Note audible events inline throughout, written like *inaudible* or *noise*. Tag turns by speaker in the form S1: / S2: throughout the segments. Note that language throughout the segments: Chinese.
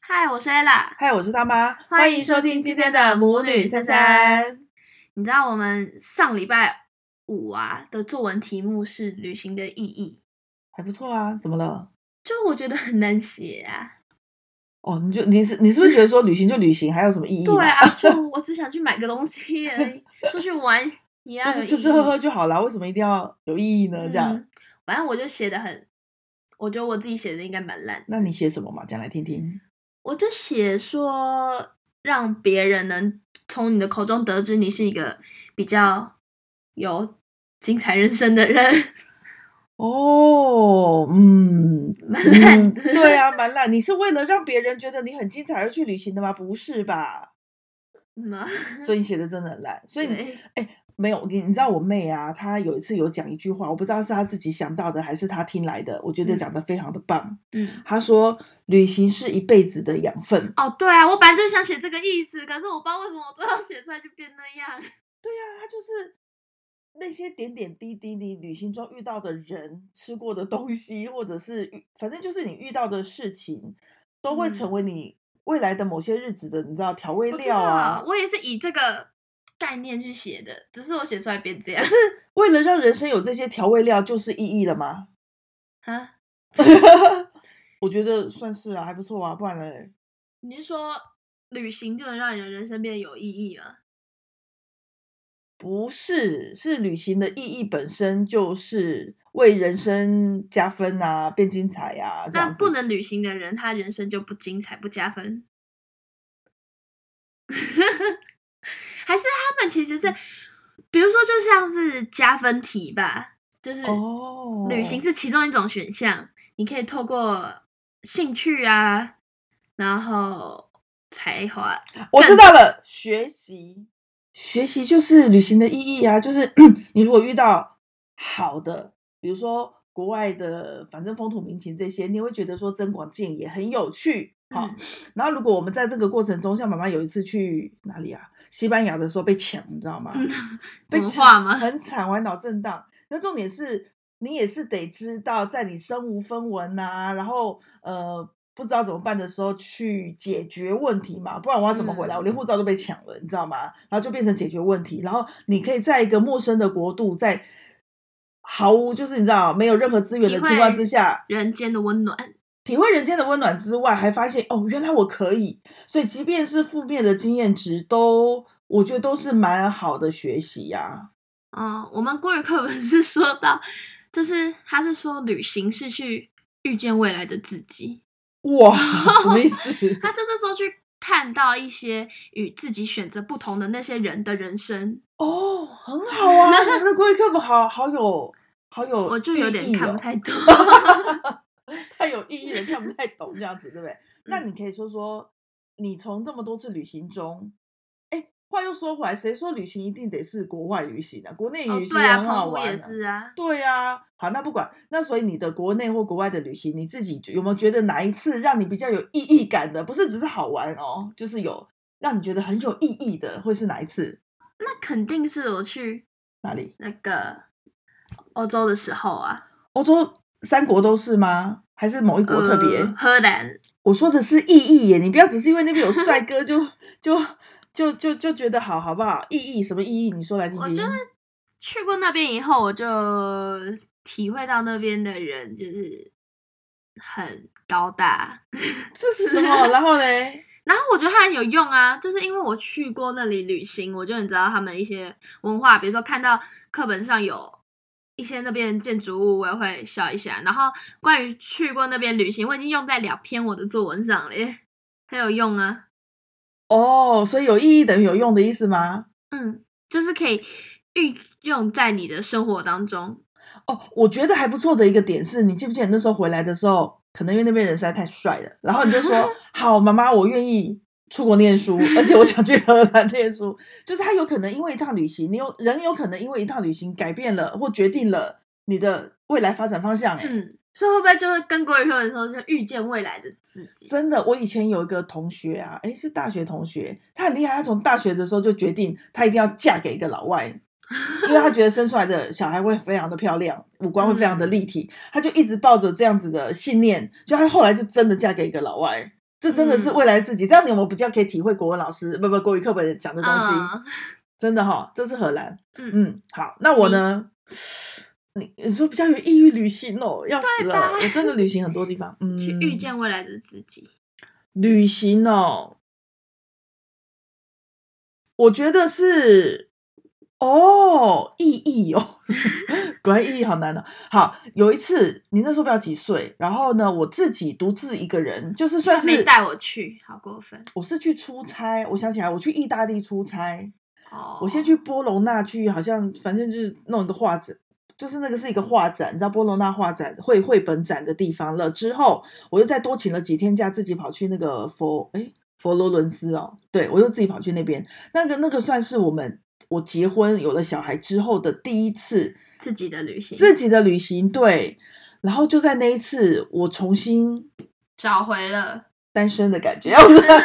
S1: 嗨，我是 Ella，
S2: 嗨，我是他妈，
S1: 欢
S2: 欢
S1: 迎
S2: 迎
S1: 收
S2: 收
S1: 听今
S2: 听今
S1: 天
S2: 天
S1: 的
S2: 的
S1: 母
S2: 母
S1: 女
S2: 女
S1: 三
S2: 三
S1: 三
S2: 三。
S1: 你知道我们上礼拜五啊的作文题目是旅行的意义，
S2: 还不错啊，怎么了？
S1: 就我觉得很难写啊。
S2: 哦，你就你是你是不是觉得说旅行就旅行，还有什么意义吗？
S1: 对啊，就我只想去买个东西而已，出去玩也啊要
S2: 就
S1: 有意
S2: 是
S1: 义。
S2: 吃吃喝喝就好啦，为什么一定要有意义呢？这样，
S1: 嗯反正我就写的很，我觉得我自己写的应该蛮烂的。
S2: 那你写什么嘛？讲来听
S1: 嗯
S2: 听。
S1: 我就写说，让别人能从你的口中得知你是一个比较有精彩人生的人， *laughs*
S2: 哦，嗯，
S1: 蛮烂
S2: 嗯
S1: 的。
S2: 对啊，蛮烂。你是为了让别人觉得你很精彩而去旅行的吗？不是吧？
S1: 嗯啊，
S2: 所以你写的真的很烂。所以你哎
S1: 对
S2: 没有，我跟你你知道我妹啊，她有一次有讲一句话，我不知道是她自己想到的还是她听来的，我觉得
S1: 嗯
S2: 讲的非常的棒。
S1: 嗯，
S2: 她说，旅行是一辈子的养分。
S1: 哦，对啊，我本来就想写这个意思，可是我不知道为什么我最后写出来就变那样。 *laughs*
S2: 对呀、他就是那些点点滴滴，你旅行中遇到的人、吃过的东西，或者是遇反正就是你遇到的事情，都会
S1: 嗯
S2: 成为你未来的某些日子的，你知道调味
S1: 我知
S2: 料
S1: 道
S2: 啊。
S1: 我也是以这个概念去写的，只是我写出来变这
S2: *laughs*
S1: 样
S2: 为了让人生有这些调味料，就是意义了吗？ *laughs*
S1: 啊。
S2: 我觉得算是啊，还不错啊，不然嘞，
S1: 你是说旅行就能让你的人生变得有意义吗？
S2: 不是，是旅行的意义本身就是为人生加分啊，变精彩啊，这
S1: 那
S2: 样子。
S1: 不能旅行的人，他人生就不精彩，不加分。 *laughs* 还是他们其实
S2: 嗯
S1: 是，比如说，就像是加分题吧，就是
S2: 哦，
S1: 旅行是其中一种选项，你可以透过兴趣啊，然后才华，
S2: 我知道了，学习，学习就是旅行的意义啊，就是 *coughs* 你如果遇到好的，比如说国外的，反正风土民情这些，你会觉得说增广见野，很有趣。好，
S1: 嗯
S2: 然后如果我们在这个过程中，像妈妈有一次去哪里啊，西班牙的时候被抢，你知道吗？
S1: 嗯
S2: 被
S1: 文
S2: 抢
S1: 化吗
S2: 很惨，玩脑震荡。那重点是你也是得知道，在你身无分文呐、然后呃不知道怎么办的时候去解决问题嘛，不然我要怎么回来？
S1: 嗯
S2: 我连护照都被抢了，你知道吗？然后就变成解决问题，然后你可以在一个陌生的国度，在毫无就是你知道没有任何资源的
S1: 体
S2: 情况
S1: 会
S2: 之下，
S1: 人间的温暖。
S2: 体会人间的温暖之外，还发现哦，原来我可以。所以，即便是负面的经验值，都我觉得都是蛮好的学习呀、
S1: 嗯，我们国语课本是说到，就是他是说旅行是去遇见未来的自己，
S2: 哇， *laughs* 什么意思？
S1: 他就是说去看到一些与自己选择不同的那些人的人生，
S2: 哦，很好啊，你
S1: *laughs*
S2: 们的国语课本好好有好有、哦
S1: 我就有点看不，太懂。 *laughs* 哦
S2: 太有意义了，看不太懂这样子，对不对？那
S1: 嗯
S2: 你可以说说，你从这么多次旅行中。哎，话又说回来，谁说旅行一定得是国外旅行啊？国内
S1: 哦
S2: 旅，行
S1: 对
S2: 也
S1: 啊，
S2: 很好
S1: 澎湖
S2: 玩、啊
S1: 也是啊，
S2: 对呀、好，那不管，那所以你的国内或国外的旅行，你自己有没有觉得哪一次让你比较有意义感的？不是只是好玩哦，就是有让你觉得很有意义的，会是哪一次？
S1: 那肯定是我去
S2: 哪里？
S1: 那个欧洲的时候啊，
S2: 欧洲哦三国都是吗？还是某一国特别？
S1: 呃荷兰，
S2: 我说的是意义耶，你不要只是因为那边有帅哥
S1: *laughs*
S2: 就就就就就觉得好，好不好？意义什么意义？你说来听
S1: 我
S2: 听
S1: 觉。得去过那边以后，我就体会到那边的人就是很高大，
S2: 这是什么？然后嘞，
S1: 然后我觉得它很有用啊，就是因为我去过那里旅行，我就很知道他们一些文化，比如说看到课本上有一些那边的建筑物，我也会笑一下。然后关于去过那边旅行，我已经用在两篇我的作文上了耶，很有用啊。
S2: 哦，所以有意义等于有用的意思吗？
S1: 嗯，就是可以运用在你的生活当中。
S2: 哦，我觉得还不错的一个点是，你记不记得你那时候回来的时候，可能因为那边人实在太帅了，然后你就说：“好，妈妈，我愿意出国念书，而且我想去荷兰念书。”就是他有可能因为一趟旅行，你有人有可能因为一趟旅行改变了或决定了你的未来发展方向。哎、
S1: 嗯， *clears throat* 所以会不会就是跟国语课的时候就遇见未来的自己？
S2: 真的，我以前有一个同学啊，哎，是大学同学，他很厉害，他从大学的时候就决定他一定要嫁给一个老外，因为他觉得生出来的小孩会非常的漂亮，五官会非
S1: 嗯
S2: 常的立体，他就一直抱着这样子的信念，就他后来就真的嫁给一个老外，这真的是
S1: 嗯
S2: 未来自己。这样你有没有比较可以体会国文老师不不国语课本讲的东西？
S1: 嗯
S2: 真的哈、这是荷兰。
S1: 嗯
S2: 嗯，好，那我呢？你你说比较有异域旅行哦，要死
S1: 吧
S2: 了！我真的旅行很多地方，嗯，
S1: 去遇见未来的自己。
S2: 旅行哦，我觉得是哦，意义哦， *laughs* 果然意义好难哦。好，有一次你那时候不知道几岁，然后呢，我自己独自一个人，就是算
S1: 没
S2: 是
S1: 带我去，好过分
S2: 我是去出差，我想起来我去意大利出差，
S1: 哦！
S2: 我先去波隆纳去，好像反正就是弄一个画展，就是那个是一个画展，你知道波隆纳画展绘绘本展的地方了。之后我又再多请了几天假，自己跑去那个佛诶佛罗伦斯哦，对我又自己跑去那边。那个那个算是我们我结婚有了小孩之后的第一次
S1: 自己的旅行，
S2: 自己的旅行，对。然后就在那一次，我重新
S1: 找回了
S2: 单身的感觉，不是？ *laughs*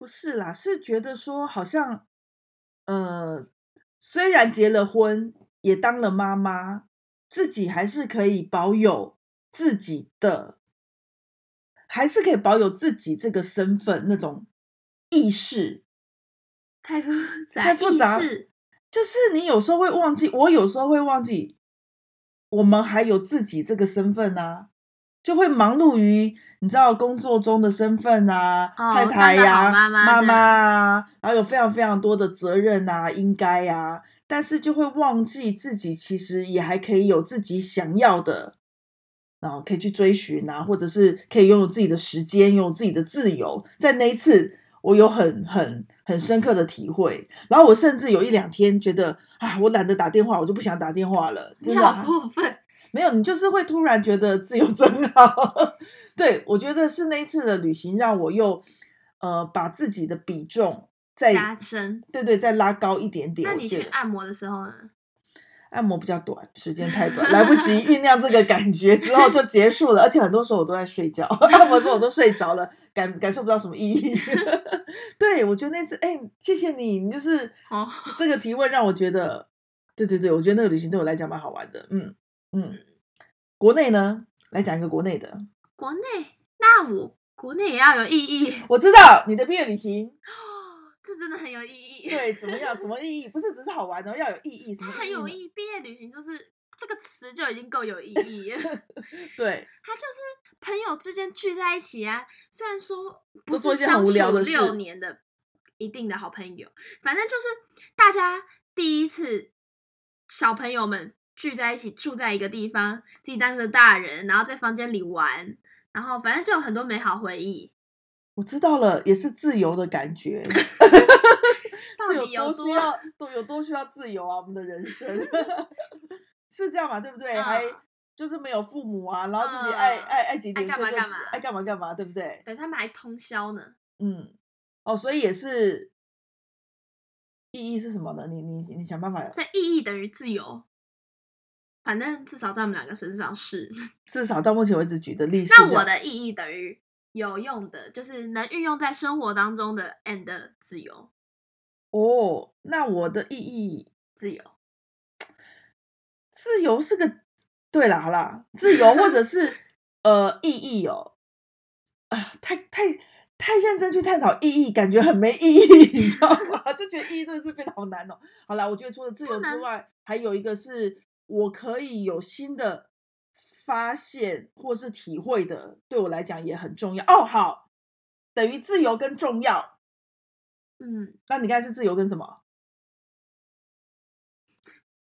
S2: 不是啦，是觉得说好像，呃，虽然结了婚，也当了妈妈，自己还是可以保有自己的，还是可以保有自己这个身份那种意识，
S1: 太复杂，
S2: 太复杂
S1: 意识
S2: 就是你有时候会忘记，我有时候会忘记，我们还有自己这个身份啊，就会忙碌于你知道工作中的身份啊，
S1: 哦
S2: 太
S1: 当
S2: 太
S1: 个
S2: 呀、
S1: 好妈妈
S2: 妈
S1: 这样
S2: 妈啊，然后有非常非常多的责任啊，应该啊，但是就会忘记自己其实也还可以有自己想要的。然后可以去追寻啊，或者是可以拥有自己的时间，拥有自己的自由。在那一次，我有很很很深刻的体会。然后我甚至有一两天觉得啊，我懒得打电话，我就不想打电话了。真
S1: 你
S2: 的啊、
S1: 好过分，
S2: 没有，你就是会突然觉得自由真好。 *laughs* 对我觉得是那一次的旅行让我又呃把自己的比重再
S1: 加深。
S2: 对对再拉高一点点。
S1: 那
S2: 我
S1: 你
S2: 觉
S1: 去
S2: 得
S1: 按摩的时候呢？
S2: 按摩比较短，时间太短，来不及酝酿这个感觉，之后就结束了。而且很多时候我都在睡觉，按摩的时候我都睡着了，感感受不到什么意义。 *laughs* 对，我觉得那次，哎、谢谢你，你就是
S1: 哦，
S2: 这个提问让我觉得，对对对，我觉得那个旅行对我来讲蛮好玩的。嗯嗯，国内呢，来讲一个国内的，
S1: 国内，那我国内也要有意义，哦
S2: 我知道你的毕业旅行，
S1: 这真的很有意义，
S2: 对，怎么样，什么意义？不是只是好玩哦，要有意义，什
S1: 它
S2: 么
S1: *laughs* 很有
S2: 意义
S1: 意义。毕业旅行就是这个词就已经够有意义
S2: *laughs*
S1: 了，
S2: 呢？对，
S1: 它就是朋友之间聚在一起啊。虽然说不
S2: 都做
S1: 是
S2: 一件很
S1: 相
S2: 无
S1: 处
S2: 聊的事
S1: 六年的一定的好朋友，反正就是大家第一次小朋友们聚在一起，住在一个地方，自己当个大人，然后在房间里玩，然后反正就有很多美好回忆。
S2: 我知道了，也是自由的感觉。
S1: 到
S2: 是
S1: 底有
S2: 有多需
S1: 多
S2: 要 *laughs* 多有多需要自由啊？我们的人生 *laughs* 是这样嘛？对不对？
S1: 嗯
S2: 还就是没有父母啊，然后自己
S1: 嗯
S2: 爱、爱爱几
S1: 爱
S2: 点
S1: 干
S2: 睡
S1: 嘛
S2: 就
S1: 干
S2: 几
S1: 嘛
S2: 爱干嘛干嘛，对不对？
S1: 对他们还通宵呢，
S2: 嗯，哦，所以也是意义是什么呢？你你你想办法，
S1: 这意义等于自由。反正至少在我们两个身上是。
S2: 至少到目前为止举的例是
S1: 那
S2: 这
S1: 我
S2: 样
S1: 的意义等于有用的，就是能运用在生活当中的 and 自由，
S2: 哦，那我的意义
S1: 自由。
S2: 自由是个对啦，好啦，自由或者是呃意义哦，啊，太太太认真去探讨意义，感觉很没意义， *laughs* 你知道吗？就觉得意义这个字变得好难哦。好啦，我觉得除了自由之
S1: 难
S2: 外，还有一个是我可以有新的发现或是体会的，对我来讲也很重要哦。好，等于自由跟重要。
S1: 嗯，
S2: 那你刚才是自由跟什么？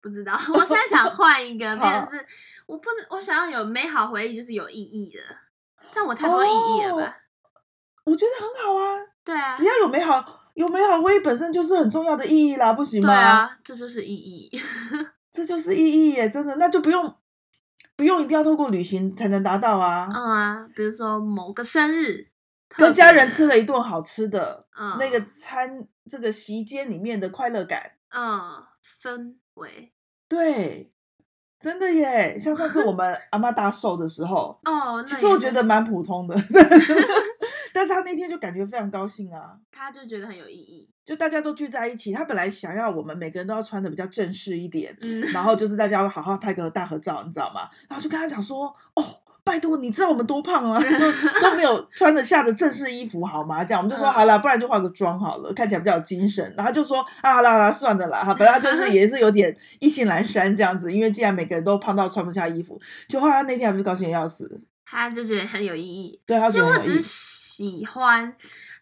S1: 不知道，我现在想换一
S2: *laughs*
S1: 个，变
S2: 好
S1: 成是我不能，我想要有美好回忆，就是有意义的。但我太多意义了
S2: 哦
S1: 吧？
S2: 我觉得很好啊，
S1: 对啊，
S2: 只要有美好，有美好回忆本身就是很重要的意义啦，不行
S1: 对
S2: 吗？
S1: 啊，这就是意义。 *laughs*
S2: 这就是意义耶，真的，那就不用不用一定要透过旅行才能达到啊。
S1: 嗯啊，比如说某个生日，
S2: 跟家人
S1: 特
S2: 吃了一顿好吃的，
S1: 别的，嗯，
S2: 那个餐这个席间里面的快乐感，
S1: 嗯氛围
S2: 对，真
S1: *laughs*
S2: 的耶。像上次我们阿妈大寿的时候，
S1: 哦。那
S2: 其实
S1: 也
S2: 我觉
S1: 很
S2: 得蛮普通的，
S1: *laughs*
S2: *laughs* 但是他那天就感觉非常高兴啊。
S1: 他就觉得很有意义。
S2: 就大家都聚在一起，他本来想要我们每个人都要穿的比较正式一点，
S1: 嗯，
S2: 然后就是大家会好好拍个大合照，你知道吗？然后就跟他讲说，哦，拜托，你知道我们多胖啊，都都没有穿得下的正式衣服好吗？这样我们
S1: 嗯
S2: 就说好啦，不然就化个妆好了，看起来比较有精神。然后就说啊，好啦好啦，算了啦，哈，反正
S1: *laughs*
S2: 他就是也是有点意兴阑珊这样子，因为既然每个人都胖到穿不下衣服，就后来他那天还不是高兴的要死。
S1: 他就觉得很有意义。
S2: 对，他
S1: 所以
S2: 觉得
S1: 我
S2: 很有
S1: 只是
S2: 意
S1: 喜欢，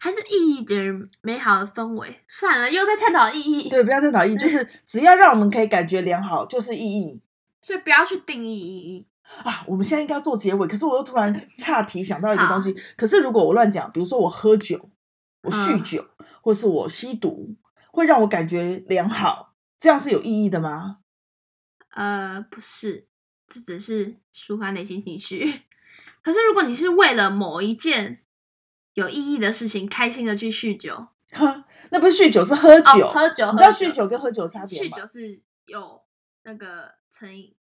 S1: 还是意义的美好的氛围。算了，又在探讨意义，
S2: 对，不要太讨厌，就是只要让我们可以感觉良好，就是意义
S1: 所以不要去定义意义。
S2: 啊。我们现在应该要做结尾，可是我又突然岔题想到一个东西。可是如果我乱讲，比如说我喝酒，我酗
S1: 嗯
S2: 酒，或是我吸毒，会让我感觉良好，这样是有意义的吗？ *laughs*
S1: 呃，不是，这只是抒发内心情绪。 *laughs* 可是如果你是为了某一件有意义的事情，开心的去酗酒，
S2: 哈，那不是酗酒，是喝酒。
S1: 哦，喝酒，
S2: 你知道
S1: 喝
S2: 酗酒跟喝酒的差别
S1: 酗
S2: 吗
S1: 酒？是有那个成瘾，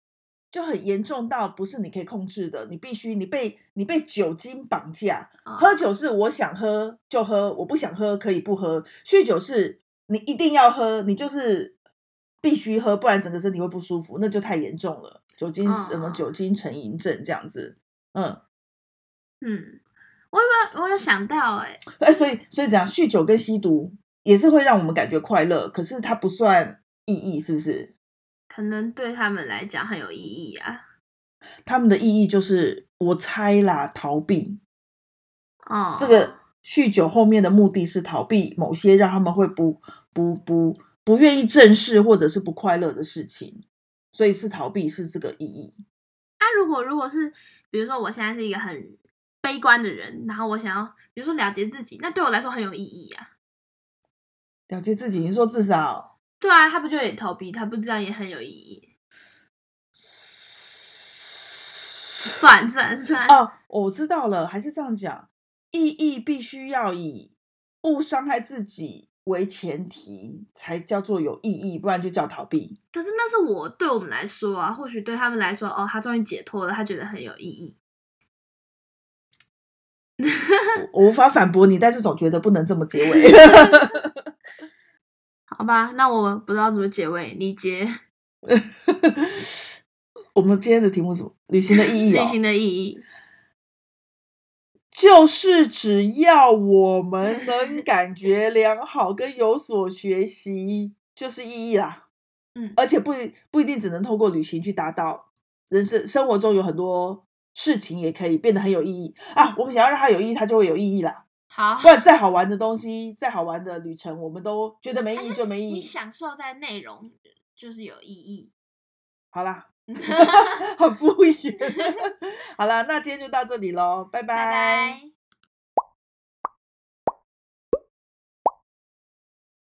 S2: 就很严重到不是你可以控制的，你必须你被你被酒精绑架，
S1: 啊
S2: 喝酒是我想喝就喝，我不想喝可以不喝。酗酒是你一定要喝，你就是必须喝，不然整个身体会不舒服，那就太严重了。酒精
S1: 嗯
S2: 什么酒精成瘾症这样子，嗯，
S1: 嗯，我有没有我有想到哎、
S2: 哎，所以所以讲酗酒跟吸毒也是会让我们感觉快乐，可是它不算意义，是不是？
S1: 可能对他们来讲很有意义啊。
S2: 他们的意义就是我猜啦，逃避。
S1: 哦，
S2: 这个酗酒后面的目的是逃避某些让他们会不不不不愿意正视或者是不快乐的事情，所以是逃避是这个意义。
S1: 那、如果如果是，比如说我现在是一个很悲观的人，然后我想要，比如说了结自己，那对我来说很有意义啊。
S2: 了解自己，你说至少
S1: 对啊，他不就也逃避，他不这样也很有意义。算算算，
S2: 哦，我知道了，还是这样讲，意义必须要以不伤害自己为前提，才叫做有意义，不然就叫逃避。
S1: 可是那是我对我们来说啊，或许对他们来说，哦，他终于解脱了，他觉得很有意义。
S2: 我我无法反驳你，但是总觉得不能这么结尾。 *laughs*
S1: 好吧，那我不知道怎么结尾，你结
S2: 我们今天的题目是什么？旅行的意义、哦。
S1: 旅行的意义。
S2: 就是只要我们能感觉良好跟有所学习，就是意义啦。
S1: 嗯
S2: 而且不一不一定只能透过旅行去达到，人生生活中有很多事情也可以变得很有意义啊。我们想要让它有意义，它就会有意义啦。
S1: 好
S2: 不，然再好玩的东西，再好玩的旅程，我们都觉得没意义就没意
S1: 你
S2: 义。
S1: 享受在内容就是有意义。
S2: 好啦， *laughs* 很敷衍。好啦，那今天就到这里喽，拜
S1: 拜拜。